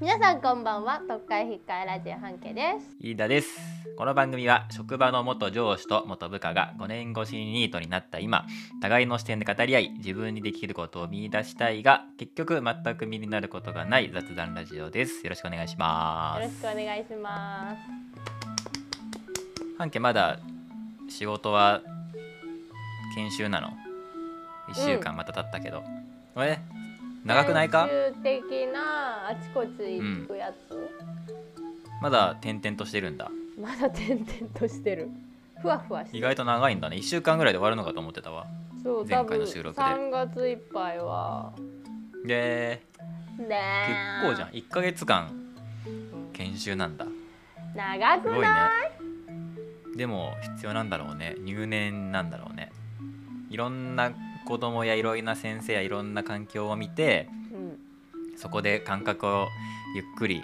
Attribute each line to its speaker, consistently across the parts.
Speaker 1: 皆さんこんばんは特会引っかえラジオ半径です
Speaker 2: 飯田ですこの番組は職場の元上司と元部下が5年越しにニートになった今互いの視点で語り合い自分にできることを見出したいが結局全く身になることがない雑談ラジオですよろしくお願いしま
Speaker 1: よろし
Speaker 2: す
Speaker 1: くお願いします
Speaker 2: 半家まだ仕事は研修なの1週間また経ったけど、あれ長くないか
Speaker 1: 最終的なあちこち行くやつ、
Speaker 2: まだ転々としてるんだ
Speaker 1: まだ点々としてるふわふわして
Speaker 2: 意
Speaker 1: る
Speaker 2: 外と長いんだね1週間ぐらいで終わるのかと思ってたわ
Speaker 1: そう
Speaker 2: 前回の収録で
Speaker 1: 多分3月いっぱいは
Speaker 2: で
Speaker 1: ね
Speaker 2: 結
Speaker 1: え
Speaker 2: 構じゃん1ヶ月間研修なんだ
Speaker 1: 長
Speaker 2: す
Speaker 1: く
Speaker 2: ごいね
Speaker 1: ない
Speaker 2: でも必要なんだろうね入念なんだろうねいろんな子供やいろんな先生やいろんな環境を見て
Speaker 1: うん
Speaker 2: そこで感覚をゆっくり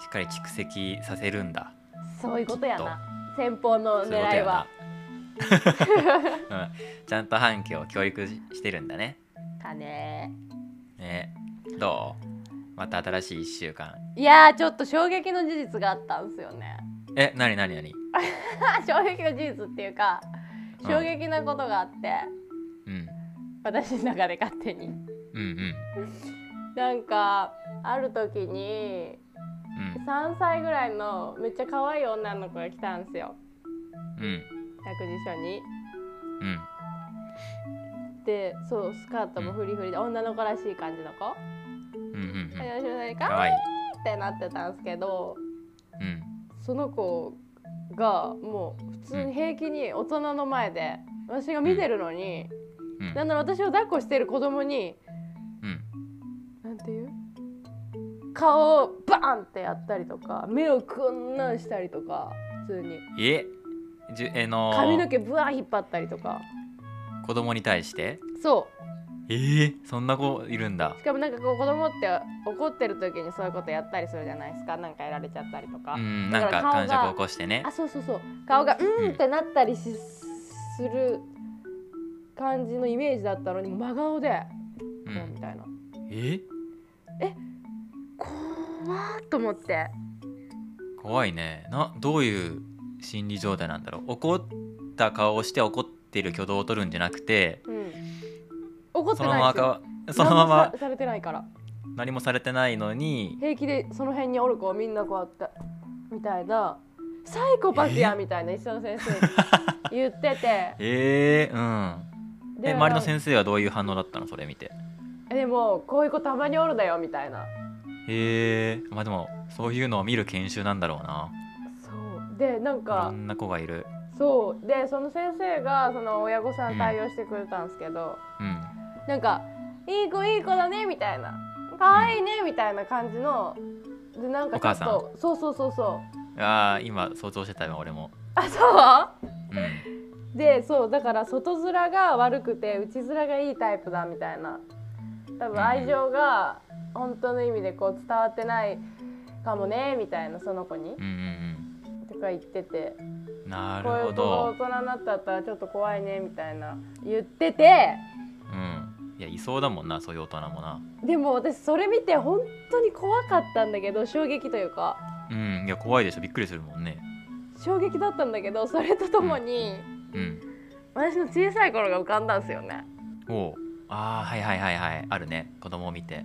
Speaker 2: しっかり蓄積させるんだ
Speaker 1: そういうことやな先方の
Speaker 2: そういうこと
Speaker 1: 狙い
Speaker 2: や
Speaker 1: は
Speaker 2: な、 うん、ちゃんと半径を教育ししてるんだね
Speaker 1: かね
Speaker 2: ねどうまた新しい1週間
Speaker 1: いやーちょっと衝撃の事実があったんですよね
Speaker 2: えなになになに
Speaker 1: 衝撃の事実っていうか
Speaker 2: うん
Speaker 1: 衝撃なことがあって、
Speaker 2: うん
Speaker 1: 私の中で勝手に
Speaker 2: うんうん
Speaker 1: なんかある時に3歳ぐらいのめっちゃ可愛い女の子が来たんですよ
Speaker 2: うんうん
Speaker 1: 託児所に。
Speaker 2: うん
Speaker 1: でそうスカートもフリフリで、女の子らしい感じの子。
Speaker 2: うんうんうん
Speaker 1: 私も何
Speaker 2: か
Speaker 1: か
Speaker 2: わいい
Speaker 1: ってなってたんですけど
Speaker 2: うん
Speaker 1: その子がもう普通に平気に大人の前で私が見てるのに、
Speaker 2: うん
Speaker 1: なんなら私を抱っこしてる子供に
Speaker 2: うん
Speaker 1: なんていう顔をバーンってやったりとか目をこんなんしたりとか普通に
Speaker 2: えじゅえの
Speaker 1: 髪の毛ブワー引っ張ったりとか
Speaker 2: 子供に対して
Speaker 1: そ
Speaker 2: えー、そんな子いるんだ
Speaker 1: うしかもなんかこう子供って怒ってる時にそういうことやったりするじゃないですかなんかやられちゃったりとか、
Speaker 2: うん
Speaker 1: だ
Speaker 2: なん
Speaker 1: から
Speaker 2: か
Speaker 1: 顔が
Speaker 2: 感触を起こしてね
Speaker 1: あそうそうそう顔がうーんってなったりしする感じのイメージだったのに真顔で、
Speaker 2: う
Speaker 1: こうみ
Speaker 2: ん
Speaker 1: たいな
Speaker 2: え
Speaker 1: 怖っと思って
Speaker 2: 怖いねなどういう心理状態なんだろう怒った顔をして怒ってる挙動を取るんじゃなくて
Speaker 1: うん怒って
Speaker 2: その
Speaker 1: ない
Speaker 2: まま
Speaker 1: ですよ
Speaker 2: か そのま
Speaker 1: 何もささ
Speaker 2: ま
Speaker 1: れてないから
Speaker 2: 何もされてないのに
Speaker 1: 平気でその辺におる子をみんなこうやってみたいなサイコパスや
Speaker 2: え
Speaker 1: みたいな一緒の先生に言って て
Speaker 2: えー、うんえ
Speaker 1: で
Speaker 2: 周りの先生はどういう反応だったのそれ見て
Speaker 1: でもこういう子たまにおるだよみたいな
Speaker 2: へえまあでもそういうのを見る研修なんだろうな
Speaker 1: そうでなん
Speaker 2: いろ
Speaker 1: か
Speaker 2: んな子がいる
Speaker 1: そうでその先生がその親御さん対応してくれたんですけど、
Speaker 2: うん
Speaker 1: なんか「いい子いい子だね」みたいな「可愛いね」みたいな感じのでなんかちょっ
Speaker 2: お
Speaker 1: とそうそうそうそう
Speaker 2: ああ今想像してたよ俺も
Speaker 1: あそう
Speaker 2: うん
Speaker 1: でそうだから外面が悪くて内面がいいタイプだみたいな多分愛情が本当の意味でこう伝わってないかもねみたいなその子に
Speaker 2: うんうん
Speaker 1: とか言ってて
Speaker 2: うんなる
Speaker 1: こうい
Speaker 2: ほ
Speaker 1: う子が大
Speaker 2: ど
Speaker 1: 人になっちゃったらちょっと怖いねみたいな言ってて
Speaker 2: うんいやいそうだもんなそういう大人もな
Speaker 1: でも私それ見て本当に怖かったんだけど衝撃というか
Speaker 2: うんいや怖いでしょびっくりするもんね
Speaker 1: 衝撃だったんだけどそれとともに
Speaker 2: うん
Speaker 1: 私の小さい頃が浮かんだんですよね。
Speaker 2: おうああはいはいはいはいあるね子供を見て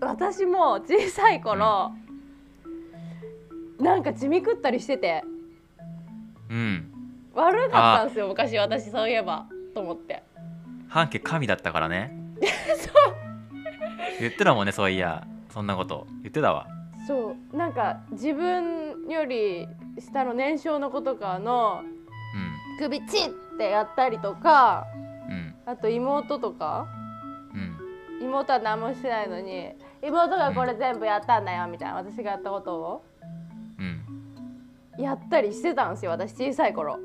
Speaker 1: 私も小さい頃、なんか血みくったりしてて
Speaker 2: うん
Speaker 1: 悪かったんですよ昔私そういえばと思って
Speaker 2: 半家神だったか らねそう言ってたもんねそういやそんなこと言ってたわ
Speaker 1: そうなんか自分より下の年少の子とかの首チッってやったりとか
Speaker 2: うんうん
Speaker 1: あと妹とか
Speaker 2: うん
Speaker 1: 妹は何もしてないのに妹がこれ全部やったんだよみたいな私がやったことを
Speaker 2: うん
Speaker 1: やったりしてたんですよ私小さい頃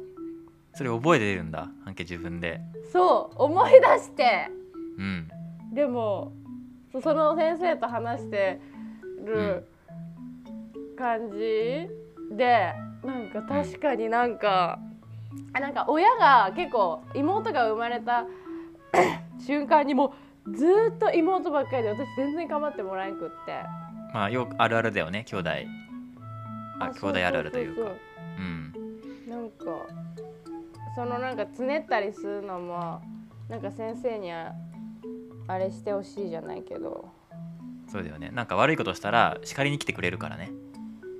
Speaker 2: それ覚えてるんだ半家自分で
Speaker 1: そう思い出して
Speaker 2: うん
Speaker 1: でもそその先生と話してる感じでなんか確かになんかあなんか親が結構妹が生まれた 瞬間にもうずーっと妹ばっかりで私全然構ってもらえんくって
Speaker 2: まあよくあるあるだよね兄弟あ兄
Speaker 1: そうそうそうそう
Speaker 2: 弟あるあるというかうん
Speaker 1: なんかそのなんかつねったりするのもなんか先生にああれしてほしいじゃないけど
Speaker 2: そうだよねなんか悪いことしたら叱りに来てくれるからね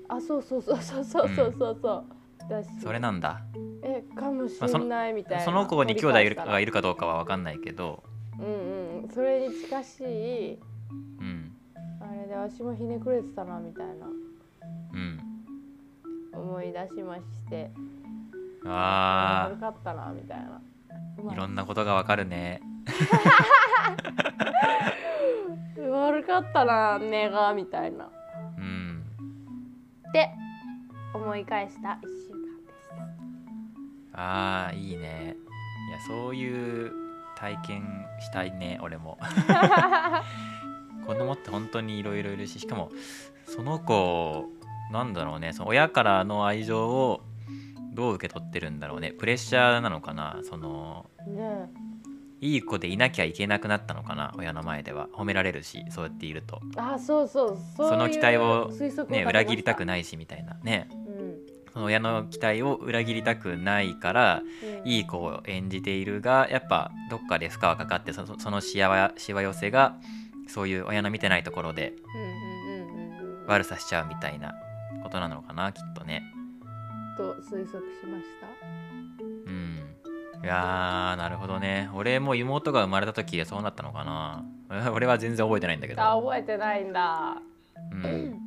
Speaker 1: あそうそうそうそうそうそうそうそう、だし
Speaker 2: それなんだ
Speaker 1: えかもし
Speaker 2: まあその
Speaker 1: んないみたいな、
Speaker 2: その子に兄弟がいる
Speaker 1: 取り返したら
Speaker 2: がいるかどうかは分かんないけど
Speaker 1: うんうんそれに近しい
Speaker 2: うん
Speaker 1: あれで足もひねくれてたなみたいな
Speaker 2: うん
Speaker 1: 思い出しまして
Speaker 2: あ
Speaker 1: 悪かったなみたいな
Speaker 2: ーいろ
Speaker 1: ん
Speaker 2: んなことが分かるね
Speaker 1: 悪かったなねがみたいな
Speaker 2: うん
Speaker 1: で思い返した一週間でした
Speaker 2: あーいいねいやそういう体験したいね俺も子供って本当にいろいろいるししかもその子なんだろうねその親からの愛情をどう受け取ってるんだろうねプレッシャーなのかなその
Speaker 1: ね
Speaker 2: いい子でいなきゃいけなくなったのかな親の前では褒められるしそうやっていると
Speaker 1: えあそうそうそういう
Speaker 2: その期待を
Speaker 1: 推測を
Speaker 2: ね裏切りたく
Speaker 1: ない、
Speaker 2: ないしみたいなね
Speaker 1: うん
Speaker 2: その親の期待を裏切りたくないから
Speaker 1: うん、
Speaker 2: いい子を演じているがやっぱどっかで負荷がかかってそそのしわしわ寄せがそういう親の見てないところで
Speaker 1: うんうんうんうんうん
Speaker 2: 悪さしちゃうみたいなことなのかなきっとね
Speaker 1: と推測しました
Speaker 2: うんいやーなるほどね俺も妹が生まれた時そうなったのかな うん俺は全然覚えてないんだけ
Speaker 1: あ
Speaker 2: ど、
Speaker 1: 覚えてないんだ
Speaker 2: うん、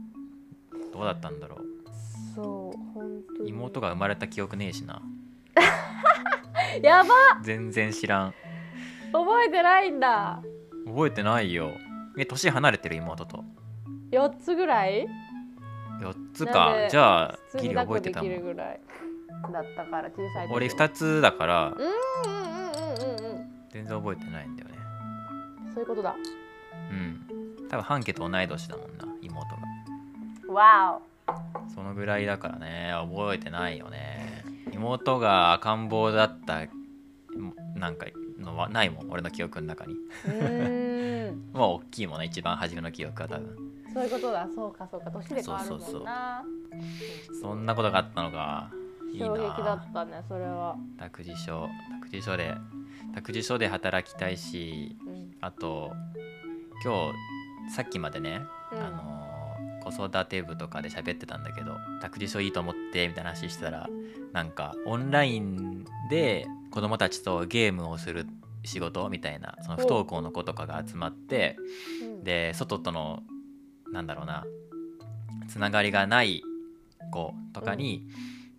Speaker 2: どうだったんだろう
Speaker 1: そう本当に
Speaker 2: 妹が生まれた記憶ねえしな
Speaker 1: やば
Speaker 2: 全然知らん
Speaker 1: 覚えてないんだ
Speaker 2: 覚えてないよえ年離れてる妹と
Speaker 1: 四つぐらい
Speaker 2: 4つ
Speaker 1: なん
Speaker 2: か
Speaker 1: で
Speaker 2: じゃあ
Speaker 1: 普通
Speaker 2: ギ
Speaker 1: に
Speaker 2: リ
Speaker 1: 抱っこ
Speaker 2: 覚えて
Speaker 1: で
Speaker 2: た
Speaker 1: き
Speaker 2: もん
Speaker 1: るぐらいだったから小さい時
Speaker 2: 俺2つだか
Speaker 1: う
Speaker 2: ら
Speaker 1: んうんうんうんうんうん
Speaker 2: 全然覚えてないんだよね
Speaker 1: そういうことだ
Speaker 2: うん多分半家と同い年だもんな妹が
Speaker 1: わ
Speaker 2: そのぐらいだからね覚えてないよね妹が赤ん坊だったもなんかのはないもん俺の記憶の中に
Speaker 1: おうーん
Speaker 2: まあ大きいもんね一番初めの記憶は多分
Speaker 1: そういうことだそうかそうか年で変わるもんな
Speaker 2: そうそうそうそんなことがあったのかいい
Speaker 1: 衝撃だ
Speaker 2: な
Speaker 1: ったねそれは、
Speaker 2: 託児所託児所で託児所で働きたいし
Speaker 1: うん
Speaker 2: あと今日さっきまでね
Speaker 1: うん
Speaker 2: あのー子育て部とかで喋ってたんだけど託児所いいと思ってみたいな話してたらなんかオンラインで子供たちとゲームをする仕事みたいなその不登校の子とかが集まって
Speaker 1: うん、
Speaker 2: で外とのなんだろうなつながりがない子とかに、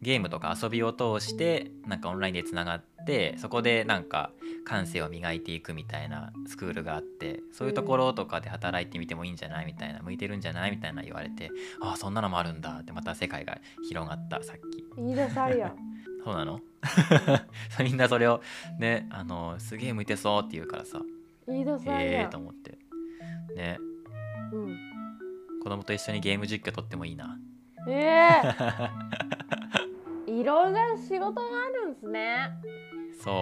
Speaker 2: ゲームとか遊びを通してなんかオンラインでつながってそこでなんか感性を磨いていくみたいなスクールがあってそういうところとかで働いてみてもいいんじゃないみたいな向いてるんじゃないみたいな言われてああそんなのもあるんだってまた世界が広がったさっき
Speaker 1: 言い出さあ るやん
Speaker 2: そうなのみんなそれをねあのすげえ向いてそうって言うからさ
Speaker 1: 言い出さある
Speaker 2: ええ
Speaker 1: や
Speaker 2: ー、
Speaker 1: ん、
Speaker 2: と思ってね
Speaker 1: うん、
Speaker 2: 子供と一緒にゲーム実況撮ってもいいな
Speaker 1: ええいろんな仕事があるんですね
Speaker 2: そう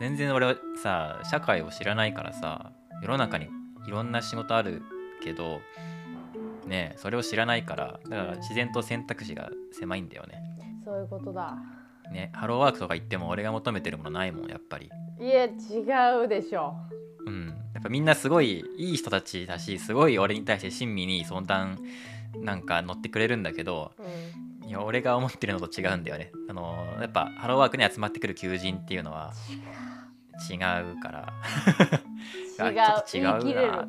Speaker 2: 全然俺はさ社会を知らないからさ世の中にいろんな仕事あるけどねそれを知らないからだから自然と選択肢が狭いんだよね
Speaker 1: そういうことだ
Speaker 2: ねハローワークとか行っても俺が求めてるものないもんやっぱり
Speaker 1: いや違うでしょ
Speaker 2: うんやっぱみんなすごいいい人たちだしすごい俺に対して親身に相談なんか乗ってくれるんだけど
Speaker 1: うん、
Speaker 2: いや俺が思ってるのと違うんだよねあのやっぱハローワークに集まってくる求人っていうのは違うから
Speaker 1: 違う
Speaker 2: あちょっと
Speaker 1: 言
Speaker 2: 違
Speaker 1: いう切れる
Speaker 2: な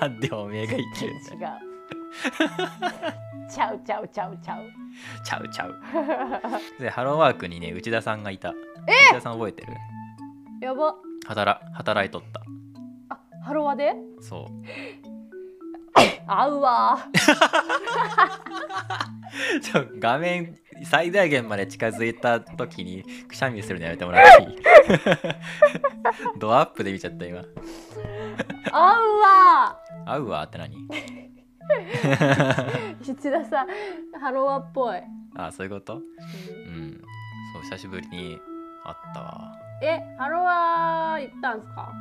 Speaker 2: なんでおめえが言ってるんだ
Speaker 1: 違
Speaker 2: よ
Speaker 1: う ちゃうちゃうちゃうちゃう
Speaker 2: ちゃうちゃうでハローワークにね内田さんがいた内田さん覚えてる
Speaker 1: やば
Speaker 2: 働働いとった
Speaker 1: あハロワで
Speaker 2: そう
Speaker 1: 合うわ
Speaker 2: ちょ画面最大限まで近づいた時にくしゃみするのやめてもらっていい ドアップで見ちゃった今
Speaker 1: 合うわ
Speaker 2: 合うわって何
Speaker 1: 七田さんハロワっぽい、
Speaker 2: あそういうことうんそう久しぶりに会ったわ
Speaker 1: えハロワ行ったんすか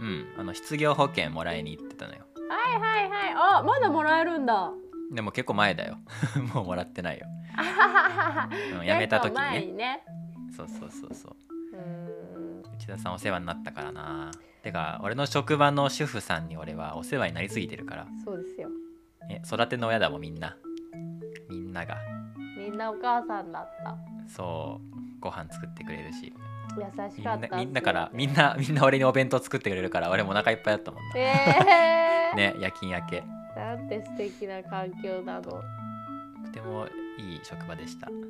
Speaker 2: うんあの失業保険もらいに行ってたのよ
Speaker 1: はいはいはいあまだもらえるん だ
Speaker 2: でも結構前だよ もうもらってないよ、
Speaker 1: あははは
Speaker 2: うん、辞めた時
Speaker 1: 結構前
Speaker 2: にね
Speaker 1: にね
Speaker 2: そうそうそうそう
Speaker 1: うーん
Speaker 2: 内田さんお世話になったからなてか俺の職場の主婦さんに俺はお世話になりすぎてるから
Speaker 1: そうですよ
Speaker 2: え育ての親だもんみんなみんなが
Speaker 1: みんなお母さんだった
Speaker 2: そうご飯作ってくれるし
Speaker 1: 優し
Speaker 2: みん
Speaker 1: か
Speaker 2: な
Speaker 1: ったっす
Speaker 2: みんなからみんなみんな俺にお弁当作ってくれるから俺もお腹いっぱいだったもん な
Speaker 1: えー、
Speaker 2: ね夜勤明け
Speaker 1: なんて素敵な環境なの、
Speaker 2: とてもいい職場でし た
Speaker 1: うん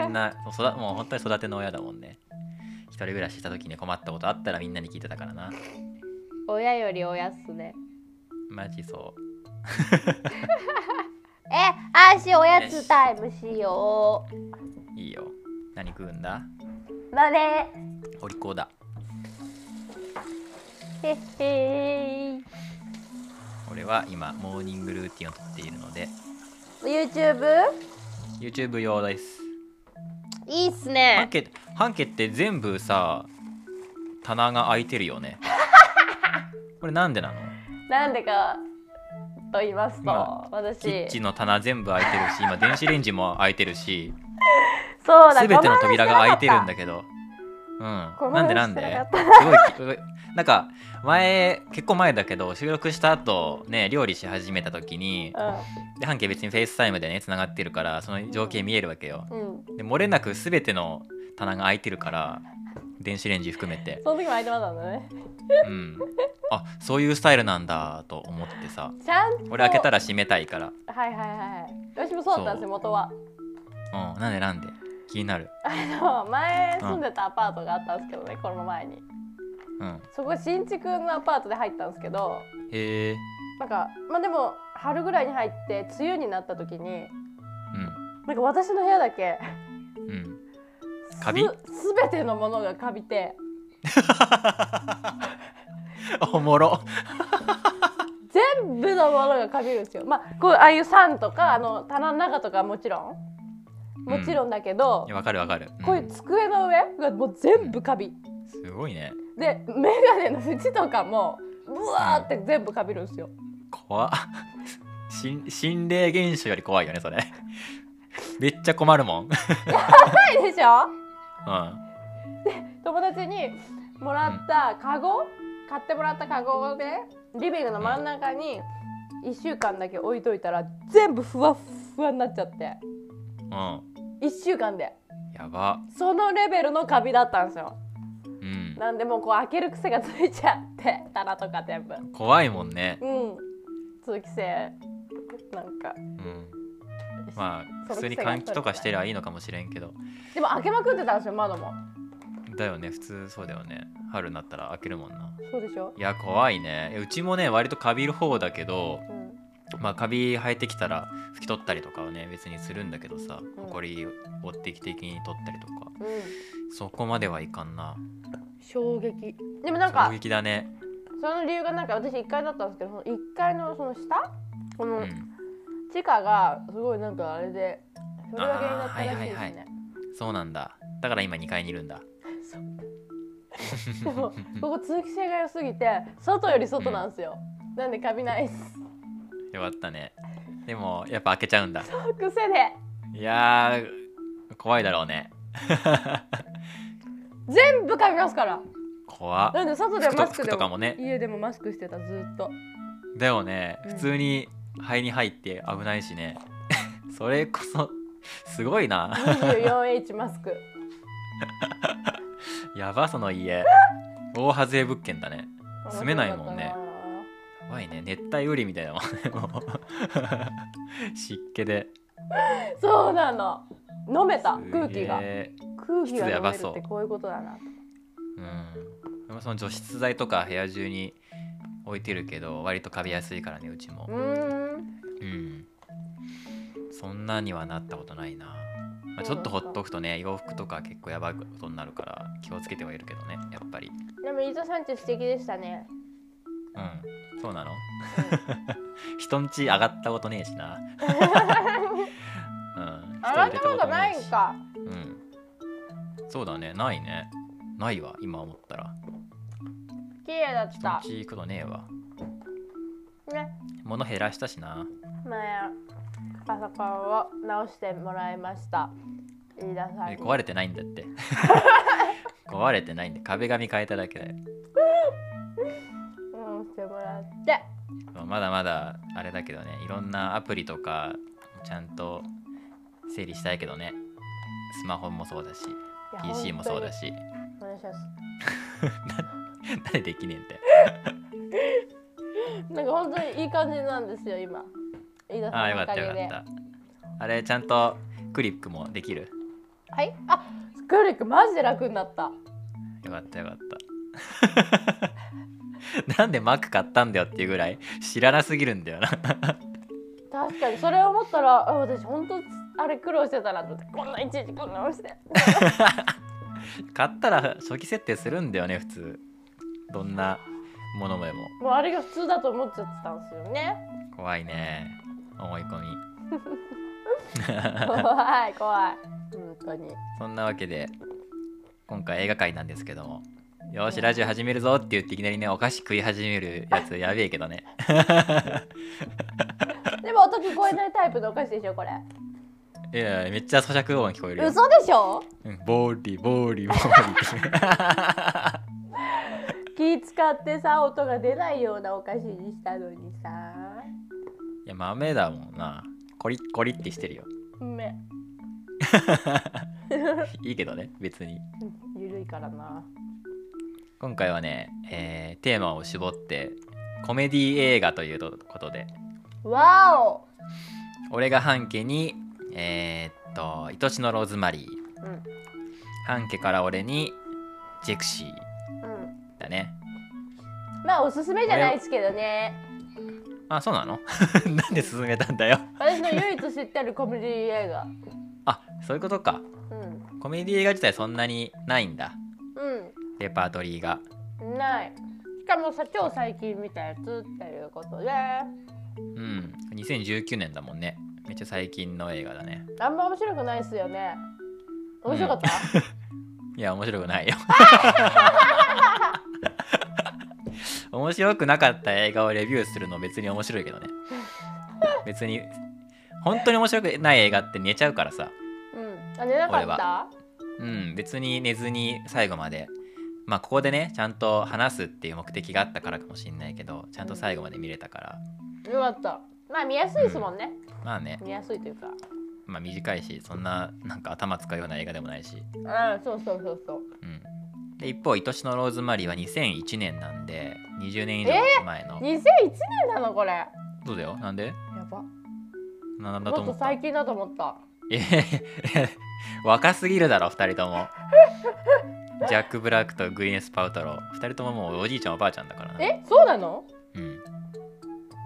Speaker 2: みんなそう育もう本当に育ての親だもんね一人暮らしした時に困ったことあったらみんなに聞いてたからな
Speaker 1: 親より親っすね
Speaker 2: マジそう
Speaker 1: えあーしおやつタイムしよ
Speaker 2: いいよ何食うんだ
Speaker 1: うまね
Speaker 2: お利口だ
Speaker 1: へっへー
Speaker 2: 俺は今モーニングルーティンをとっているので
Speaker 1: YouTube?
Speaker 2: YouTube 用です
Speaker 1: いいっす
Speaker 2: 半
Speaker 1: ね
Speaker 2: 家半家って全部さ棚が空いてるよ ねこれなんでなの
Speaker 1: なんでかと言いますと
Speaker 2: ま
Speaker 1: 私
Speaker 2: キッチンの棚全部空いてるし今電子レンジも空いてるし
Speaker 1: そうだ
Speaker 2: 全ての扉が開いてるんだ
Speaker 1: け
Speaker 2: けどうん
Speaker 1: この
Speaker 2: なん
Speaker 1: 話
Speaker 2: でなんです
Speaker 1: な
Speaker 2: すごいなんか前結構前だけど収録した後ね料理し始めた時にで半径別にフェイスタイムでねつながってるからその情景見えるわけよ
Speaker 1: うん、うん、
Speaker 2: で漏れなく全ての棚が開いてるから電子レンジ含めて
Speaker 1: その時も相手まだね
Speaker 2: うんあそういうスタイルなんだと思ってさ
Speaker 1: ちゃんと
Speaker 2: 俺開けたら閉めたいから
Speaker 1: はいはいはいはい私もそうだったんですよ元は
Speaker 2: うんなんでなんで気になる
Speaker 1: あの前住んでたアパートがあったんですけどねこの前に
Speaker 2: うん
Speaker 1: そこ新築のアパートで入ったんですけど
Speaker 2: へえ
Speaker 1: なんかまあでも春ぐらいに入って梅雨になった時になんか私の部屋だけ
Speaker 2: う んうん
Speaker 1: す
Speaker 2: カビ
Speaker 1: すべてのものがカビて
Speaker 2: おもろ
Speaker 1: 全部のものがカビるんですよまあこうああいう酸とかあの棚の中とかもちろんもちろんだけど
Speaker 2: い、やわかるわかる、うん
Speaker 1: こういう机の上がもう全部カビ
Speaker 2: すごいね
Speaker 1: でメガネの縁とかもうわーって全部カビるんですよ
Speaker 2: 怖っ心心霊現象より怖いよねそれめっちゃ困るもんうん
Speaker 1: ないでしょ
Speaker 2: は
Speaker 1: 友達にもらったカゴ買ってもらったカゴをねリビングの真ん中に1週間だけ置いといたら全部ふわっふわになっちゃって
Speaker 2: うん
Speaker 1: 1週間で
Speaker 2: やば
Speaker 1: そのレベルのカビだったんですよ
Speaker 2: うん
Speaker 1: なんでもうこう開ける癖がついちゃって棚とか全部
Speaker 2: 怖いもんね
Speaker 1: うん通気性なんか
Speaker 2: うんまあ
Speaker 1: そ
Speaker 2: 普
Speaker 1: の癖
Speaker 2: 通
Speaker 1: が
Speaker 2: に換気とかしてりゃいいのかもしれんけど
Speaker 1: でも開けまくってたんですよ窓も
Speaker 2: だよね普通そうだよね春になったら開けるもんな
Speaker 1: そうでしょ
Speaker 2: いや怖いねいやうちもね割とカビる方だけど
Speaker 1: うん
Speaker 2: まあカビ生えてきたら拭き取ったりとかはね別にするんだけどさ
Speaker 1: うん
Speaker 2: 埃を定期的に取ったりとか
Speaker 1: うん
Speaker 2: そこまではいかんな
Speaker 1: 衝撃でもなんか
Speaker 2: 衝撃だね
Speaker 1: その理由がなんか私1階だったんですけどその1階のその下こ
Speaker 2: う
Speaker 1: の
Speaker 2: ん
Speaker 1: 地下がすごいなんかあれでそれが原因だったらしいですね、
Speaker 2: あーはいはいはそうなんだだから今2階にいるんだ
Speaker 1: でもここ通気性が良すぎて外より外なんですよ、なんでカビないっす
Speaker 2: よかったねでもやっぱ開けちゃうんだ
Speaker 1: 癖で
Speaker 2: いやー怖いだろうね
Speaker 1: 全部カビますから
Speaker 2: 怖っ
Speaker 1: なんで外でマスク
Speaker 2: 服と服
Speaker 1: で
Speaker 2: と
Speaker 1: も
Speaker 2: かもね
Speaker 1: 家でもマスクしてたずっと
Speaker 2: だよね
Speaker 1: うん
Speaker 2: 普通に肺に入って危ないしね それこそすごいな
Speaker 1: 24H マスク
Speaker 2: やばその家大外れ物件だね住めないもんねやばいね熱帯雨林みたいなもん ねもう 湿気で
Speaker 1: そうなの飲めた
Speaker 2: すげ
Speaker 1: 空
Speaker 2: ー
Speaker 1: 気が空気が
Speaker 2: や
Speaker 1: 飲
Speaker 2: ば
Speaker 1: める
Speaker 2: そう
Speaker 1: ってこういうことだな
Speaker 2: うんでもその除湿剤とか部屋中に置いてるけど割とカビやすいからねうちも
Speaker 1: うーん
Speaker 2: うんそんなにはなったことないな、まあ、ち
Speaker 1: そ
Speaker 2: ょ
Speaker 1: う
Speaker 2: っ
Speaker 1: なんだ
Speaker 2: とほっとくとね洋服とか結構やばいことになるから気をつけてはいるけどねやっぱり
Speaker 1: でも伊藤さんって素敵でしたね
Speaker 2: うんそうなの 人んち上がったことねえし なうん
Speaker 1: 上がったことないんか
Speaker 2: 人入れことねえしうんそうだねないねないわ今思ったら
Speaker 1: 綺麗だっ
Speaker 2: 人
Speaker 1: た
Speaker 2: んち行くことねえわ
Speaker 1: ね
Speaker 2: 物減らしたしな
Speaker 1: 前パソコンを直してもらいました飯田さん
Speaker 2: え
Speaker 1: に
Speaker 2: 壊れてないんだって 壊れてないんで壁紙変えただけだよ
Speaker 1: 直してもらって
Speaker 2: そうまだまだあれだけどねいろんなアプリとかちゃんと整理したいけどねスマホもそうだし
Speaker 1: いや
Speaker 2: PC もそうだし
Speaker 1: 本当にお願いします
Speaker 2: 誰できねえ ん
Speaker 1: な
Speaker 2: だよ
Speaker 1: んか本当にいい感じなんですよ今飯田
Speaker 2: あ
Speaker 1: さ
Speaker 2: あ
Speaker 1: ん
Speaker 2: よ
Speaker 1: の
Speaker 2: か
Speaker 1: お
Speaker 2: った
Speaker 1: かげ
Speaker 2: よか
Speaker 1: で
Speaker 2: ったあれちゃんとクリックもできる
Speaker 1: はいあクリックマジで楽になった
Speaker 2: よかったよかった なんで Mac 買ったんだよっていうぐらい知らなすぎるんだよな
Speaker 1: 確かにそれを思ったらあ私本当あれ苦労してたなと思ってこんないちいちこんなのして
Speaker 2: 買ったら初期設定するんだよね普通どんなものでも
Speaker 1: もうあれが普通だと思っちゃってたんですよね
Speaker 2: 怖いね思い込み
Speaker 1: 怖い怖い本当に
Speaker 2: そんなわけで今回映画界なんですけどもよーしラジオ始めるぞって言っていきなりねお菓子食い始めるやつやべえけどね
Speaker 1: でも音聞こえないタイプのお菓子でしょこれ
Speaker 2: いやいやめっちゃ咀嚼音聞こえるよ、
Speaker 1: 嘘でしょ
Speaker 2: うん、ボーリーボーリーボーリ
Speaker 1: 気
Speaker 2: ー
Speaker 1: 使ってさ音が出ないようなお菓子にしたのにさ
Speaker 2: いや豆だもんなコリッコリってしてるよ
Speaker 1: うめ
Speaker 2: いいけどね別に
Speaker 1: ゆるいからな
Speaker 2: 今回はね、えーテーマを絞ってコメディ映画ということで
Speaker 1: わお
Speaker 2: 俺が半家にえーっと愛しのローズマリー
Speaker 1: うん
Speaker 2: 半家から俺にジェクシー
Speaker 1: うん
Speaker 2: だね
Speaker 1: まあおすすめじゃないですけどね
Speaker 2: あそうなの なんで進めたんだよ
Speaker 1: 私の唯一知ってるコメディ映画
Speaker 2: あそういうことか
Speaker 1: う
Speaker 2: コメディ映画自体そんなにないんだ
Speaker 1: んうん
Speaker 2: レパートリーが
Speaker 1: ないしかもさ超最近見たやつっていうことであ
Speaker 2: うん2019年だもんねめっちゃ最近の映画だね
Speaker 1: んま面白くないっすよね面白かった、
Speaker 2: いや面白くないよ 面白くなかった映画をレビューするの別に面白いけどね別に本当に面白くない映画って寝ちゃうからさ
Speaker 1: うん、あ寝な
Speaker 2: 俺
Speaker 1: かっ
Speaker 2: うん別に寝ずに最後までまあここでねちゃんと話すっていう目的があったからかもしれないけどちゃんと最後まで見れたから、
Speaker 1: たよかったまあ見やすいですもんね、
Speaker 2: まあね、
Speaker 1: 見やすいというか
Speaker 2: まあ、短いしそんななんか頭使うような映画でもないし、
Speaker 1: うんそうそうそうそう
Speaker 2: うん、で一方「愛しのローズマリー」は2001年なんで20年以
Speaker 1: え
Speaker 2: 上前の、
Speaker 1: 2001年なのこれや
Speaker 2: どうだよなんで
Speaker 1: ば
Speaker 2: ななんだと
Speaker 1: もっと
Speaker 2: 思った
Speaker 1: 最近だと思った
Speaker 2: えへへ若すぎるだろ2人ともジャック・ブラックとグイネス・パウトロー2人とももうおじいちゃんおばあちゃんだからな、
Speaker 1: えそうなの
Speaker 2: うん、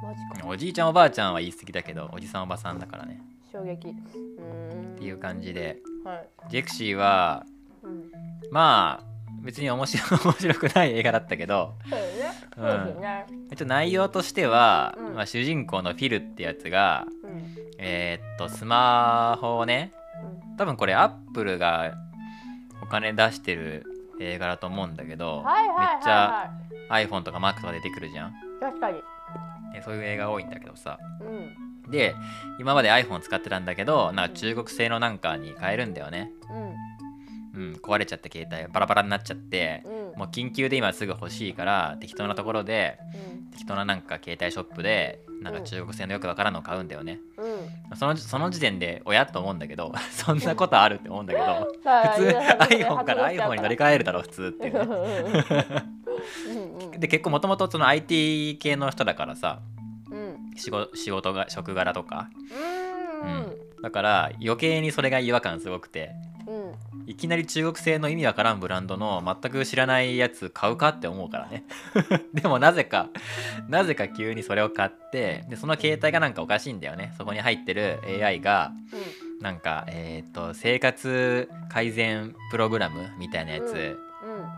Speaker 1: マジか
Speaker 2: おじいちゃんおばあちゃんは言い過ぎだけどおじさんおばさんだからね
Speaker 1: 衝撃うーん
Speaker 2: っていう感じで
Speaker 1: はい、
Speaker 2: ジェクシーは
Speaker 1: うん、
Speaker 2: まあ別に面白面白くない映画だったけど
Speaker 1: そうよねそうですよね、
Speaker 2: えっと内容としては、
Speaker 1: うん
Speaker 2: まあ、主人公のフィルってやつが
Speaker 1: うんうん
Speaker 2: えーっとスマホをね多分これアップルがお金出してる映画だと思うんだけど、
Speaker 1: はいはいはい、はい、
Speaker 2: めっちゃ iPhone とか Mac とか出てくるじゃん
Speaker 1: 確かに
Speaker 2: えそういう映画多いんだけどさ
Speaker 1: うん
Speaker 2: で今まで iPhone 使ってたんだけどなんか中国製のなんかに変えるんだよね、うん、壊れちゃった携帯バラバラになっちゃって
Speaker 1: うんうん
Speaker 2: もう緊急で今すぐ欲しいから適当なところで
Speaker 1: う
Speaker 2: 適当ななんか携帯ショップでなんか中国製のよくわからんのを買うんだよね
Speaker 1: んうん
Speaker 2: そのその時点で親と思うんだけど そんなことあるって思うんだけど
Speaker 1: 普
Speaker 2: 普通 iPhone から iPhone に乗り換えるだろ普通っ て、ね、
Speaker 1: うん
Speaker 2: で結構もともとその IT 系の人だからさ
Speaker 1: うん
Speaker 2: 仕事仕事が職柄とか
Speaker 1: うん
Speaker 2: だから余計にそれが違和感すごくて
Speaker 1: うん
Speaker 2: いきなり中国製の意味わからんブランドの全く知らないやつ買うかって思うからね でもなぜかなぜか急にそれを買ってでその携帯がなんかおかしいんだよねそこに入ってる AI がなんかえっ、と生活改善プログラムみたいなやつ
Speaker 1: うん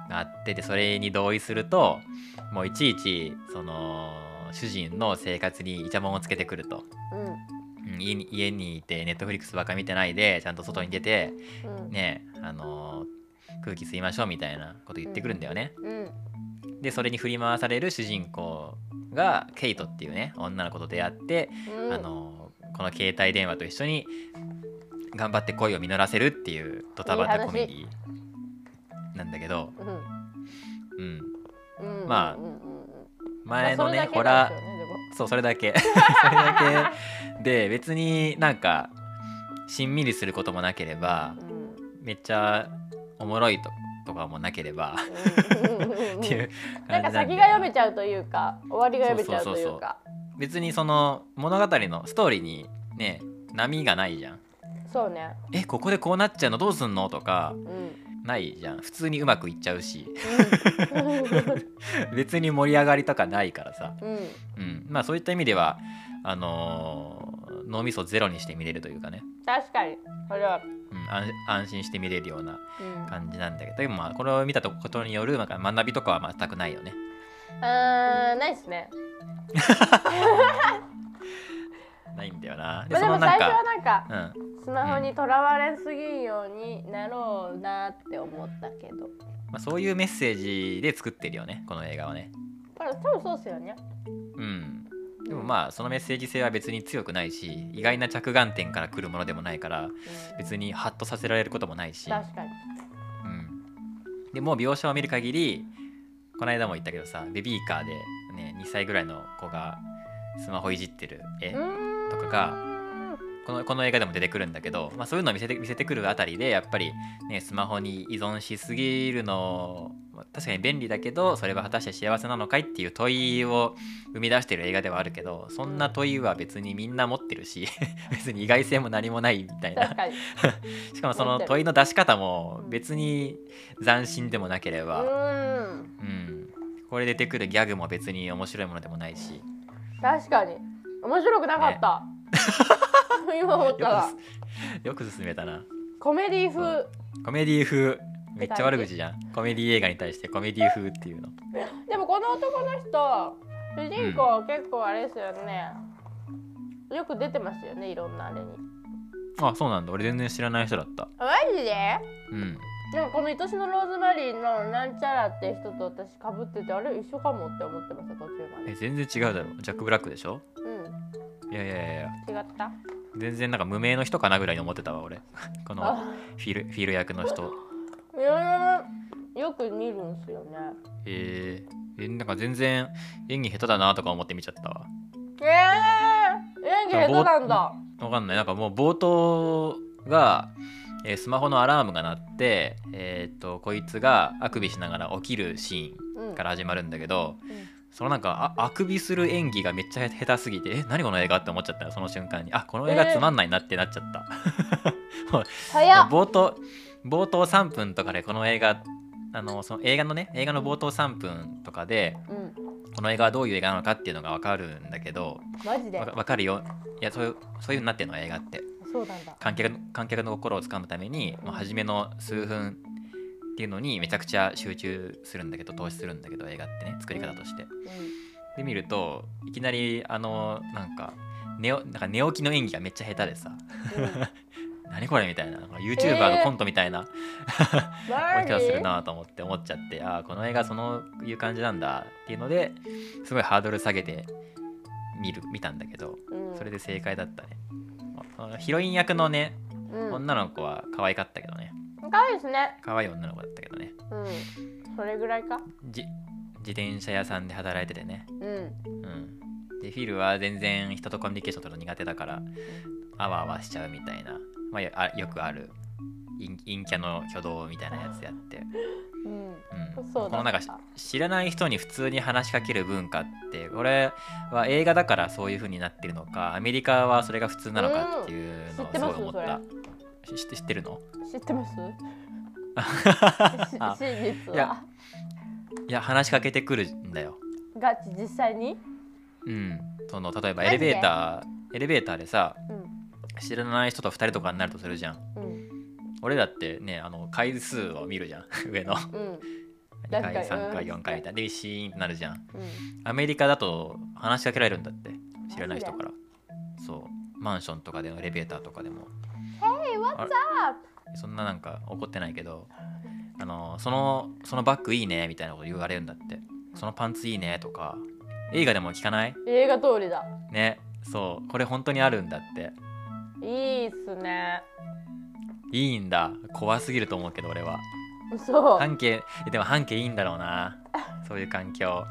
Speaker 2: があってでそれに同意するともういちいちその主人の生活にイチャモンをつけてくると、
Speaker 1: うん
Speaker 2: うん家に家にいてネットフリックスばっか見てないでちゃんと外に出て
Speaker 1: うん
Speaker 2: ねあのー空気吸いましょうみたいなこと言ってくるんだよね、
Speaker 1: うん
Speaker 2: でそれに振り回される主人公がケイトっていうね女の子と出会って、
Speaker 1: うん
Speaker 2: あのこの携帯電話と一緒に頑張って恋を実らせるっていうドタバタコメディなんだけど、
Speaker 1: うん
Speaker 2: うん、
Speaker 1: うん
Speaker 2: まあ
Speaker 1: うんうんうん
Speaker 2: 前のね,、
Speaker 1: まあそ
Speaker 2: ホ
Speaker 1: れだ
Speaker 2: ラ
Speaker 1: けなん
Speaker 2: ー
Speaker 1: ですよねでも
Speaker 2: そうそれ だけそれだけで別になんかしんみりすることもなければめっちゃおもろいととかもなければ
Speaker 1: うん
Speaker 2: っていう
Speaker 1: なんか
Speaker 2: 感じなんで
Speaker 1: 先が読めちゃうというか終わりが読めちゃうというか
Speaker 2: 別にその物語のストーリーにね波がないじゃん
Speaker 1: そうね
Speaker 2: えここでこうなっちゃうのどうすんのとか
Speaker 1: うん
Speaker 2: ないじゃん普通にうまくいっちゃうし
Speaker 1: うん
Speaker 2: 別に盛り上がりとかないからさ、
Speaker 1: うん
Speaker 2: うん、まあそういった意味ではあのー脳みそゼロにして見れるというかね、
Speaker 1: 確かにそれは
Speaker 2: うん、安安心して見れるような
Speaker 1: うん
Speaker 2: 感じなんだけどでもまあこれを見たことによるなんか学びとかは全くないよね
Speaker 1: あーないですね
Speaker 2: ないんだよなで
Speaker 1: まあで
Speaker 2: その
Speaker 1: も
Speaker 2: な
Speaker 1: 最
Speaker 2: ん
Speaker 1: 初は
Speaker 2: か、
Speaker 1: なんか
Speaker 2: うん、
Speaker 1: スマホにとらわれすぎんようになろうなって思ったけど
Speaker 2: まあ、そういうメッセージで作ってるよねこの映画はね
Speaker 1: これ多分そうっすよね
Speaker 2: うんでもまあそのメッセージ性は別に強くないし意外な着眼点から来るものでもないから
Speaker 1: うん
Speaker 2: 別にハッとさせられることもないし、
Speaker 1: 確かに
Speaker 2: うん、でもう描写を見る限りこの間も言ったけどさベビーカーで、ね、2歳ぐらいの子がスマホいじってる絵
Speaker 1: うーん
Speaker 2: とかがこのこの映画でも出てくるんだけど、まあ、そういうのを見せて見せてくるあたりでやっぱり、ね、スマホに依存しすぎるのまあ確かに便利だけどそれは果たして幸せなのかいっていう問いを生み出してる映画ではあるけどそんな問いは別にみんな持ってるし 別に意外性も何もないみたいな
Speaker 1: 確かに
Speaker 2: しかもその問いの出し方も別に斬新でもなけれ
Speaker 1: う
Speaker 2: ば、
Speaker 1: ーん
Speaker 2: うん、これ出てくるギャグも別に面白いものでもないし
Speaker 1: 確かに面白くなかった、 今思っ
Speaker 2: よ
Speaker 1: たら
Speaker 2: くす よく進めたな
Speaker 1: コメディ風
Speaker 2: コメディ風めっちゃ悪口じゃんコメディ映画に対してコメディ風っていうの
Speaker 1: でもこの男の人主人公結構あれですよね、よく出てますよねいろんなあれに
Speaker 2: あそうなんだ俺全然知らない人だった
Speaker 1: マジで
Speaker 2: うん
Speaker 1: でもこの「愛しのローズマリー」のなんちゃらって人と私かぶっててあれ一緒かもって思ってました途中ま
Speaker 2: え
Speaker 1: で
Speaker 2: 全然違うだろジャック・ブラックでしょ
Speaker 1: うん
Speaker 2: いやいやいやいや
Speaker 1: 違った
Speaker 2: 全然なんか無名の人かなぐらいに思ってたわ俺 この
Speaker 1: あ
Speaker 2: フィルフィル役の人
Speaker 1: いろいろよく見るんすよね
Speaker 2: えー、えなんか全然演技下手だなとか思って見ちゃったわ
Speaker 1: ええ演技下手なんだ
Speaker 2: わかんないなんかもう冒頭が、えースマホのアラームが鳴ってえーっとこいつがあくびしながら起きるシ
Speaker 1: う
Speaker 2: ー
Speaker 1: ん
Speaker 2: ンから始まるんだけど、
Speaker 1: うん
Speaker 2: そのなんかああくびする演技がめっちゃ下手すぎてえ何この映画って思っちゃったよその瞬間にあこの映画つまんないなってなっちゃった、
Speaker 1: 早っ
Speaker 2: 冒頭冒頭3分とかでこの映画あのその映画のね映画の冒頭3分とかで
Speaker 1: うん
Speaker 2: この映画はどういう映画なのかっていうのが分かるんだけど
Speaker 1: マジで
Speaker 2: わ分かるよいやそういうそういう風になってんの映画って
Speaker 1: そうなんだ
Speaker 2: 観客の観客の心をつかむために、まあ、初めの数分っていうのにめちゃくちゃ集中するんだけど投資するんだけど映画ってね作り方として。で見るといきなりあのなんか寝おなんか寝起きの演技がめっちゃ下手でさ
Speaker 1: うんうん
Speaker 2: 「何これ」みたいななんか YouTuber のコントみたいな
Speaker 1: マ
Speaker 2: 置き
Speaker 1: ジ
Speaker 2: 方するなと思って思っちゃってああこの映画そのいう感じなんだっていうのですごいハードル下げて見る見たんだけど
Speaker 1: うん、
Speaker 2: それで正解だったね。あのヒロイン役のね
Speaker 1: うん、
Speaker 2: 女の子は可愛かったけどね
Speaker 1: 可愛いですね
Speaker 2: 可愛い女の子だったけどね
Speaker 1: うんそれぐらいか
Speaker 2: じ自転車屋さんで働いててね
Speaker 1: うん
Speaker 2: うんでフィルは全然人とコミュニケーション取るの苦手だからあわあわしちゃうみたいな、まあよ、あよくある陰陰キャの挙動みたいなやつやって、
Speaker 1: うん
Speaker 2: うん、
Speaker 1: そうだった
Speaker 2: このなんかし知らない人に普通に話しかける文化ってこれは映画だからそういう風になってるのかアメリカはそれが普通なのかっていう
Speaker 1: うん
Speaker 2: のを
Speaker 1: 知って
Speaker 2: す
Speaker 1: ま
Speaker 2: ご
Speaker 1: す
Speaker 2: い思った、し知って知ってるの
Speaker 1: 知って ますし
Speaker 2: あ
Speaker 1: 真実
Speaker 2: いや
Speaker 1: はい
Speaker 2: や話しかけてくるんだよ
Speaker 1: ガチ実際に
Speaker 2: うん、その例えばエ
Speaker 1: マジ
Speaker 2: レ
Speaker 1: で
Speaker 2: ベーターエレベーターでさ
Speaker 1: うん
Speaker 2: 知らない人と2人とかになるとするじゃん
Speaker 1: うん
Speaker 2: 俺だってねあの回数を見るじゃん 上の
Speaker 1: うん確か
Speaker 2: 2回
Speaker 1: に
Speaker 2: 3
Speaker 1: う
Speaker 2: 回
Speaker 1: ん
Speaker 2: 4回みたいなでシーンってなるじゃん
Speaker 1: うん
Speaker 2: アメリカだと話しかけられるんだって知らない人
Speaker 1: マ
Speaker 2: からそうマンションとかでのエレベーターとかでも
Speaker 1: Hey what's
Speaker 2: あれ
Speaker 1: up
Speaker 2: そんななんか怒ってないけどあのそのそのバッグいいねみたいなこと言われるんだってそのパンツいいねとか映画でも聞かない
Speaker 1: 映画通りだ
Speaker 2: ねそうこれ本当にあるんだって
Speaker 1: いいっすね
Speaker 2: いいんだ怖すぎると思うけど俺は
Speaker 1: そう
Speaker 2: 半径えでも半径いいんだろうなそういう環境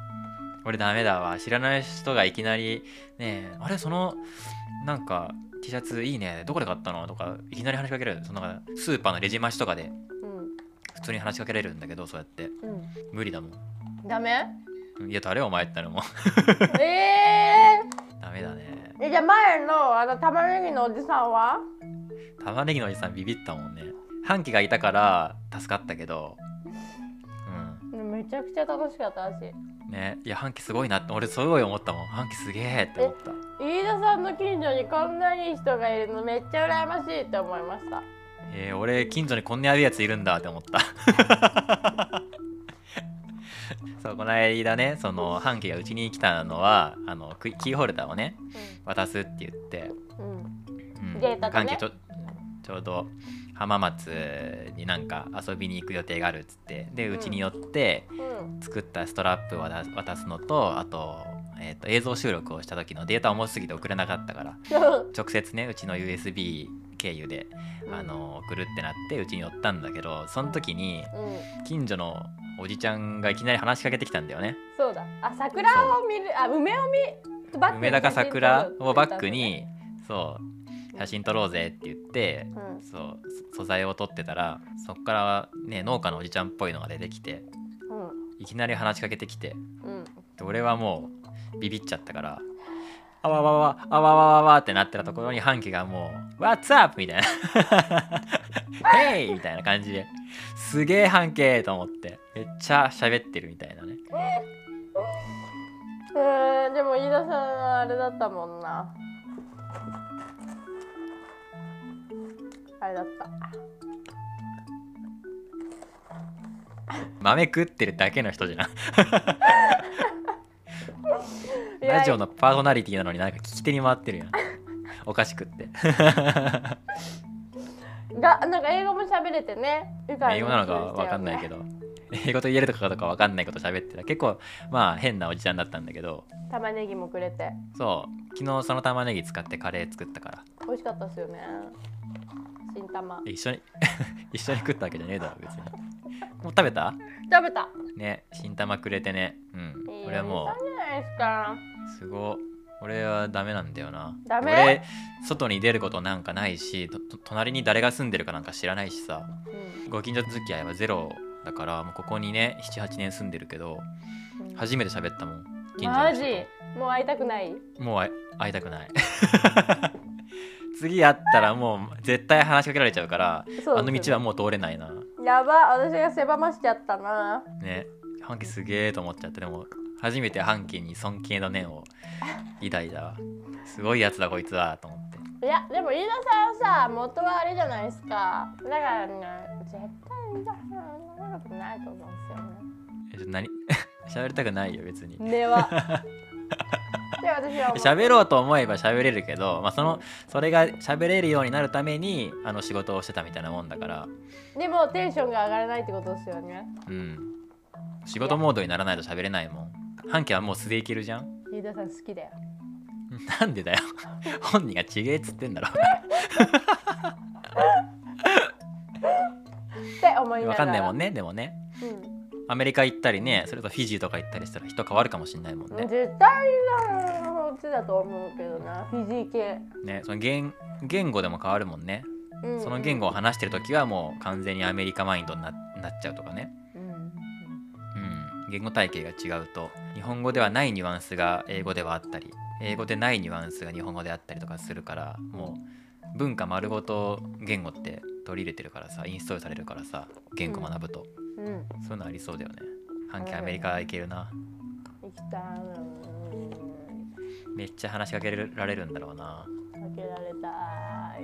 Speaker 2: 俺ダメだわ知らない人がいきなり「ねえあれそのなんか T シャツいいねどこで買ったの?」とかいきなり話しかけられるそのなんかスーパーのレジ増しとかで
Speaker 1: うん
Speaker 2: 普通に話しかけられるんだけどそうやって
Speaker 1: う
Speaker 2: 無理だもん
Speaker 1: んダ メ
Speaker 2: いや誰お前ってなるもん
Speaker 1: え
Speaker 2: ダメだね
Speaker 1: ー、えじゃあ前のあの玉ねぎのおじさんは
Speaker 2: 玉ねぎのおじさんビビったもんね半旗がいたから助かったけどう
Speaker 1: めちゃくちゃ楽しかったし
Speaker 2: んねいや半旗すごいなって俺すごい思ったもん半旗すげえって思った
Speaker 1: 飯田さんの近所にこんなにいい人がいるのめっちゃ羨ましいって思いました
Speaker 2: えー、俺近所にこんなやべえやついるんだって思った そうこの間ねその半旗がうちに来たのはあのクイキーホルダーをね渡すって言って、
Speaker 1: うん
Speaker 2: うん、
Speaker 1: データとね
Speaker 2: 半旗ちょちょうど浜松になんか遊びに行く予定があるっつってでうちに寄って
Speaker 1: うん
Speaker 2: 作ったストラップを渡す渡すのとあと,、えー、と映像収録をした時のデータ重すぎて送れなかったから直接ねうちの USB 経由で
Speaker 1: うん
Speaker 2: あの送るってなってうちに寄ったんだけどその時に
Speaker 1: うん
Speaker 2: 近所のおじちゃんがいきなり話しかけてきたんだよね
Speaker 1: そうだあ桜を見るあ梅を見バックに
Speaker 2: 梅田か桜をバックにそう写真撮ろうぜって言って
Speaker 1: うん
Speaker 2: そうそ素材を撮ってたらそっからね農家のおじちゃんっぽいのが出てきていきなり話しかけてきて
Speaker 1: うんうん
Speaker 2: で俺はもうビビっちゃったから「あわわわあわわわわ」ってなってたところにハンキがもう「What's up?」みたいな「Hey!」みたいな感じですげえハンケーと思ってめっちゃ喋ってるみたいなね
Speaker 1: えー、でも飯田さんはあれだったもんなあれだった
Speaker 2: 豆食ってるだけの人じゃん
Speaker 1: いや
Speaker 2: ラジオのパーソナリティなのになんか聞き手に回ってるやんおかしくって
Speaker 1: がなんか英語も喋れてね
Speaker 2: 英語なのかわかんないけ
Speaker 1: ど
Speaker 2: ど英語と言えるとかどうかわかんないこと喋ってた結構まあ変なおじちゃんだったんだけど
Speaker 1: 玉ねぎもくれて
Speaker 2: そう昨日その玉ねぎ使ってカレー作ったから
Speaker 1: 美味しかったですよね新玉
Speaker 2: 一緒に 一緒に食ったわけじゃねえだろ別にもう食べた
Speaker 1: 食べた
Speaker 2: ね新玉くれてねうん
Speaker 1: いい
Speaker 2: 俺はも
Speaker 1: うじゃないですか
Speaker 2: うすご俺はダメなんだよな
Speaker 1: ダメ
Speaker 2: 俺外に出ることなんかないしとと隣に誰が住んでるかなんか知らないしさ
Speaker 1: うん
Speaker 2: ご近所付き合いはゼロだからもうここにね78年住んでるけど
Speaker 1: うん
Speaker 2: 初めて喋ったもん近所の
Speaker 1: マ
Speaker 2: 人
Speaker 1: ジ
Speaker 2: と
Speaker 1: もう会いたくない
Speaker 2: もう会い会いたくない 次会ったらもう絶対話しかけられちゃうから
Speaker 1: そう
Speaker 2: あの道はもう通れないな
Speaker 1: やば私が狭ましちゃったな
Speaker 2: ね半旗すげえと思っちゃってでも初めて半旗に尊敬の念を抱いたわすごいやつだこいつはと思って
Speaker 1: いやでも飯田さんはさ元はあれじゃないですかだからね絶対飯田さんはそんなことないと思うんですよね
Speaker 2: えちょ何 喋りたくないよ別に
Speaker 1: 根は で私は思う
Speaker 2: 喋ろうと思えば喋れるけど、まあ、そのそれが喋れるようになるためにあの仕事をしてたみたいなもんだから
Speaker 1: でもテンションが上がらないってことですよね
Speaker 2: うん仕事モードにならないと喋れないもん半旗はもう素でいけるじゃん
Speaker 1: 飯田さん好きだよ
Speaker 2: なんでだよ 本人がちげえっつってんだろ
Speaker 1: って思いながら
Speaker 2: わかんないもんねでもね
Speaker 1: うん
Speaker 2: アメリカ行ったりねそれとフィジーとか行ったりしたら人変わるかもしんないもんね
Speaker 1: 絶対飯田さんのこっちだと思うけどなフィジー系、
Speaker 2: ねその言言語でも変わるもんね
Speaker 1: うん
Speaker 2: その言語を話してる時はもう完全にアメリカマインドにななっちゃうとかね
Speaker 1: うん
Speaker 2: うん言語体系が違うと日本語ではないニュアンスが英語ではあったり英語でないニュアンスが日本語であったりとかするからもう文化丸ごと言語って取り入れてるからさインストールされるからさ言語学ぶと、
Speaker 1: うん
Speaker 2: そういうのありそうだよね半
Speaker 1: うん
Speaker 2: 径アメリカ行けるな
Speaker 1: 行きたい
Speaker 2: めっちゃ話しかけられるんだろうな、
Speaker 1: かけられたい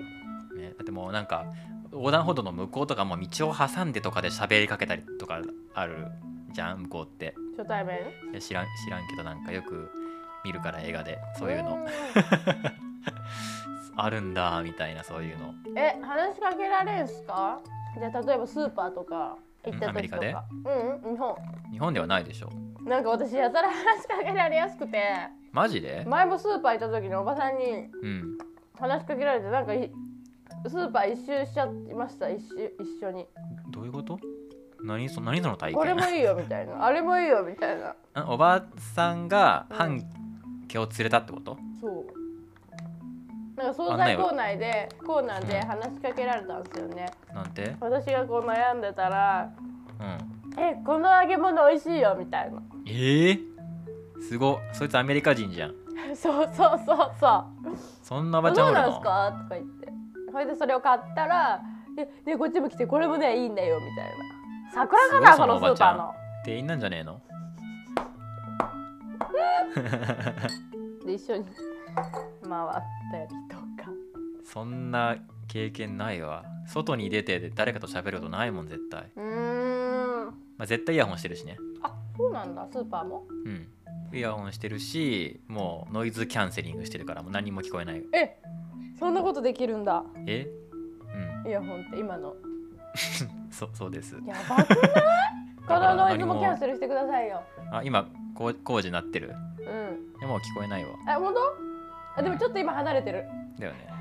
Speaker 2: ね、だってもうなんか横断歩道の向こうとかも道を挟んでとかで喋りかけたりとかあるじゃん向こうって
Speaker 1: 初対面
Speaker 2: いや知らん知らんけどなんかよく見るから映画でそういうの
Speaker 1: ん
Speaker 2: あるんだみたいなそういうの
Speaker 1: え話しかけられんすかじゃあ例えばスーパーとか行った
Speaker 2: うんアメ
Speaker 1: 時
Speaker 2: リ
Speaker 1: と
Speaker 2: カで
Speaker 1: かうんうん日本
Speaker 2: 日本ではないでしょ
Speaker 1: なんか私やたら話しかけられやすくて
Speaker 2: マジで、
Speaker 1: 前もスーパー行った時におばさんに
Speaker 2: うん
Speaker 1: 話しかけられてなんかいスーパー一周しちゃいました一周一緒に
Speaker 2: どういうこと何そ何その体
Speaker 1: これも
Speaker 2: 験
Speaker 1: いいよみたい なあれもいいよみたいな
Speaker 2: あおばさんが
Speaker 1: うん
Speaker 2: 半家を連れたってこと、
Speaker 1: そうなんか惣
Speaker 2: あんな
Speaker 1: 菜
Speaker 2: よ
Speaker 1: コーナーでコーナー
Speaker 2: う
Speaker 1: で
Speaker 2: ん
Speaker 1: 話しかけられたんですよね
Speaker 2: なんて
Speaker 1: 私がこう悩んでたら
Speaker 2: う
Speaker 1: 「
Speaker 2: ん
Speaker 1: えこの揚げ物美味しいよ」みたいな
Speaker 2: ええー、すごっそいつアメリカ人じゃん
Speaker 1: そうそうそうそう
Speaker 2: そんなお
Speaker 1: あ
Speaker 2: ばちゃ
Speaker 1: ど
Speaker 2: んお
Speaker 1: う
Speaker 2: る
Speaker 1: なん
Speaker 2: の
Speaker 1: すか?」とか言ってそれでそれを買ったら「えねこっちも来てこれもねいいんだよ」みたいな「桜かなこ
Speaker 2: すごい
Speaker 1: のス
Speaker 2: そのおば
Speaker 1: ー
Speaker 2: ち
Speaker 1: パ
Speaker 2: ゃ
Speaker 1: ー
Speaker 2: ん
Speaker 1: の
Speaker 2: 店員なんじゃねえの」
Speaker 1: で一緒に回ったりとか
Speaker 2: そんな経験ないわ外に出て誰かと喋ることないもん絶対、
Speaker 1: うーん
Speaker 2: まあ、絶対イヤホンしてるしね
Speaker 1: あそうなんだスーパーも
Speaker 2: うんイヤホンしてるしもうノイズキャンセリングしてるからもう何も聞こえない
Speaker 1: えそんなことできるんだ
Speaker 2: えうん
Speaker 1: イヤホンって今の
Speaker 2: そそうです
Speaker 1: やば くないこのノイズ
Speaker 2: 何
Speaker 1: も
Speaker 2: も
Speaker 1: キャンセルしてくださいよ
Speaker 2: あ今こう工事なってる
Speaker 1: うん
Speaker 2: いやもう聞こえないわ
Speaker 1: え本当あでもちょっと今離れて る
Speaker 2: だよね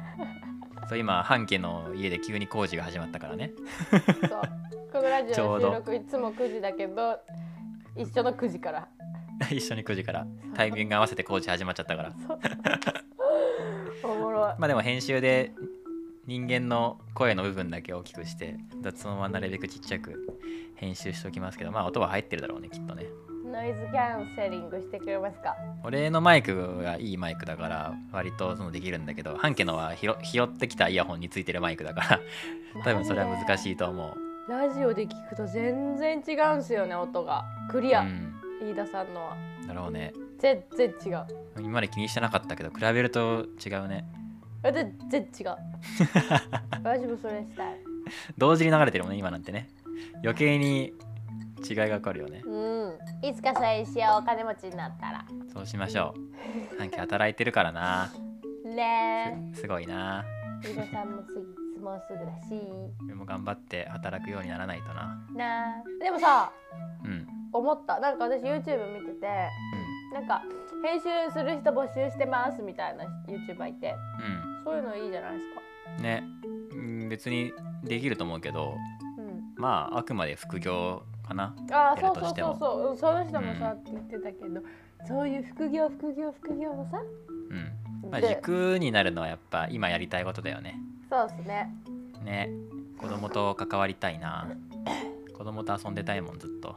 Speaker 2: そう今半家の家で急に工事が始まったからね
Speaker 1: そうこのラジ
Speaker 2: ち
Speaker 1: オの
Speaker 2: ょ
Speaker 1: 収
Speaker 2: うど
Speaker 1: 録いつも9時だけど一緒の9時から
Speaker 2: 一緒に9時からタイミング合わせて工事始まっちゃったから
Speaker 1: おもろい
Speaker 2: まあでも編集で人間の声の部分だけ大きくして雑音はなるべくちっちゃく編集しておきますけどまあ音は入ってるだろうねきっとね
Speaker 1: ノイズキャンセリングしてくれますか
Speaker 2: 俺のマイクがいいマイクだから割とそのできるんだけど半家のは拾拾ってきたイヤホンについてるマイクだから多分それは難しいと思う、
Speaker 1: ラジオで聞くと全然違うんすよね音がクリ
Speaker 2: う
Speaker 1: ア、
Speaker 2: ん、
Speaker 1: 飯田さんのは
Speaker 2: だろうね
Speaker 1: 全然違う
Speaker 2: 今まで気にしてなかったけど比べると違うね
Speaker 1: 私全然違 う私もそれしたい
Speaker 2: 同時に流れてるもんね今なんてね余計に違いが分かるよね
Speaker 1: うんいつか最初お金持ちになったら
Speaker 2: そうしましょう半家働いてるからな
Speaker 1: ね
Speaker 2: すごいな
Speaker 1: え飯田さんも次もうすぐだし
Speaker 2: 俺も頑張って働くようにならないとな
Speaker 1: なあでもさ
Speaker 2: うんうん
Speaker 1: 思ったなんか私 YouTube 見ててなんか編集する人募集してますみたいな YouTuber いてそういうのいいじゃないですか
Speaker 2: うんねうん別にできると思うけど
Speaker 1: うん
Speaker 2: まああくまで副業かな
Speaker 1: ああ
Speaker 2: や
Speaker 1: そ
Speaker 2: る
Speaker 1: うそう
Speaker 2: として
Speaker 1: そう
Speaker 2: も
Speaker 1: そううんその人もさって言ってたけど、そういう副業副業副業をさ、
Speaker 2: うんまあ
Speaker 1: で
Speaker 2: 軸になるのはやっぱ今やりたいことだよね
Speaker 1: そうですね
Speaker 2: ね子供と関わりたいな子供と遊んでたいもんずっと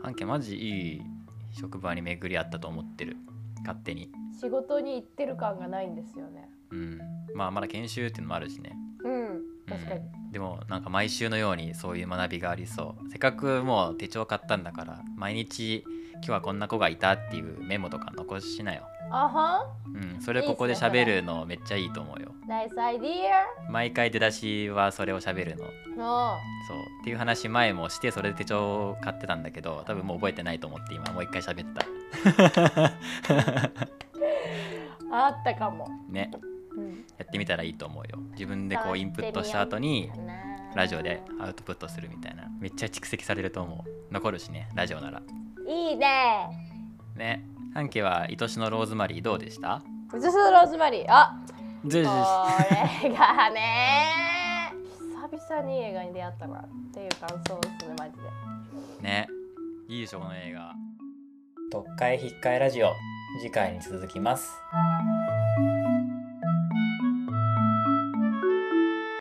Speaker 2: 半家マジいい職場に巡り合ったと思ってる勝手に
Speaker 1: 仕事に行ってる感がないんですよね
Speaker 2: うんまあまだ研修っていうのもあるしね
Speaker 1: うん
Speaker 2: うん
Speaker 1: 確かに、
Speaker 2: でもなんか毎週のようにそういう学びがありそうせっかくもう手帳買ったんだから毎日今日はこんな子がいたっていうメモとか残しなよ、
Speaker 1: あは
Speaker 2: うん、それここで喋るのめっちゃいいと思うよ
Speaker 1: Nice idea
Speaker 2: 毎回出だしはそれを喋るの
Speaker 1: の
Speaker 2: そうっていう話前もしてそれで手帳を買ってたんだけど多分もう覚えてないと思って今もう一回喋った
Speaker 1: あったかも、
Speaker 2: ね
Speaker 1: うん、
Speaker 2: やってみたらいいと思うよ自分でこうインプットした後にラジオでアウトプットするみたいなめっちゃ蓄積されると思う残るしねラジオなら
Speaker 1: いいね
Speaker 2: ね半家は愛しのローズマリーどうでした
Speaker 1: うずすローズマリーあ
Speaker 2: ぜ
Speaker 1: これがね久々に映画に出会ったなっていう感想ですねマジで
Speaker 2: ねいいでしょこの映画読解引っかえラジオ次回に続きます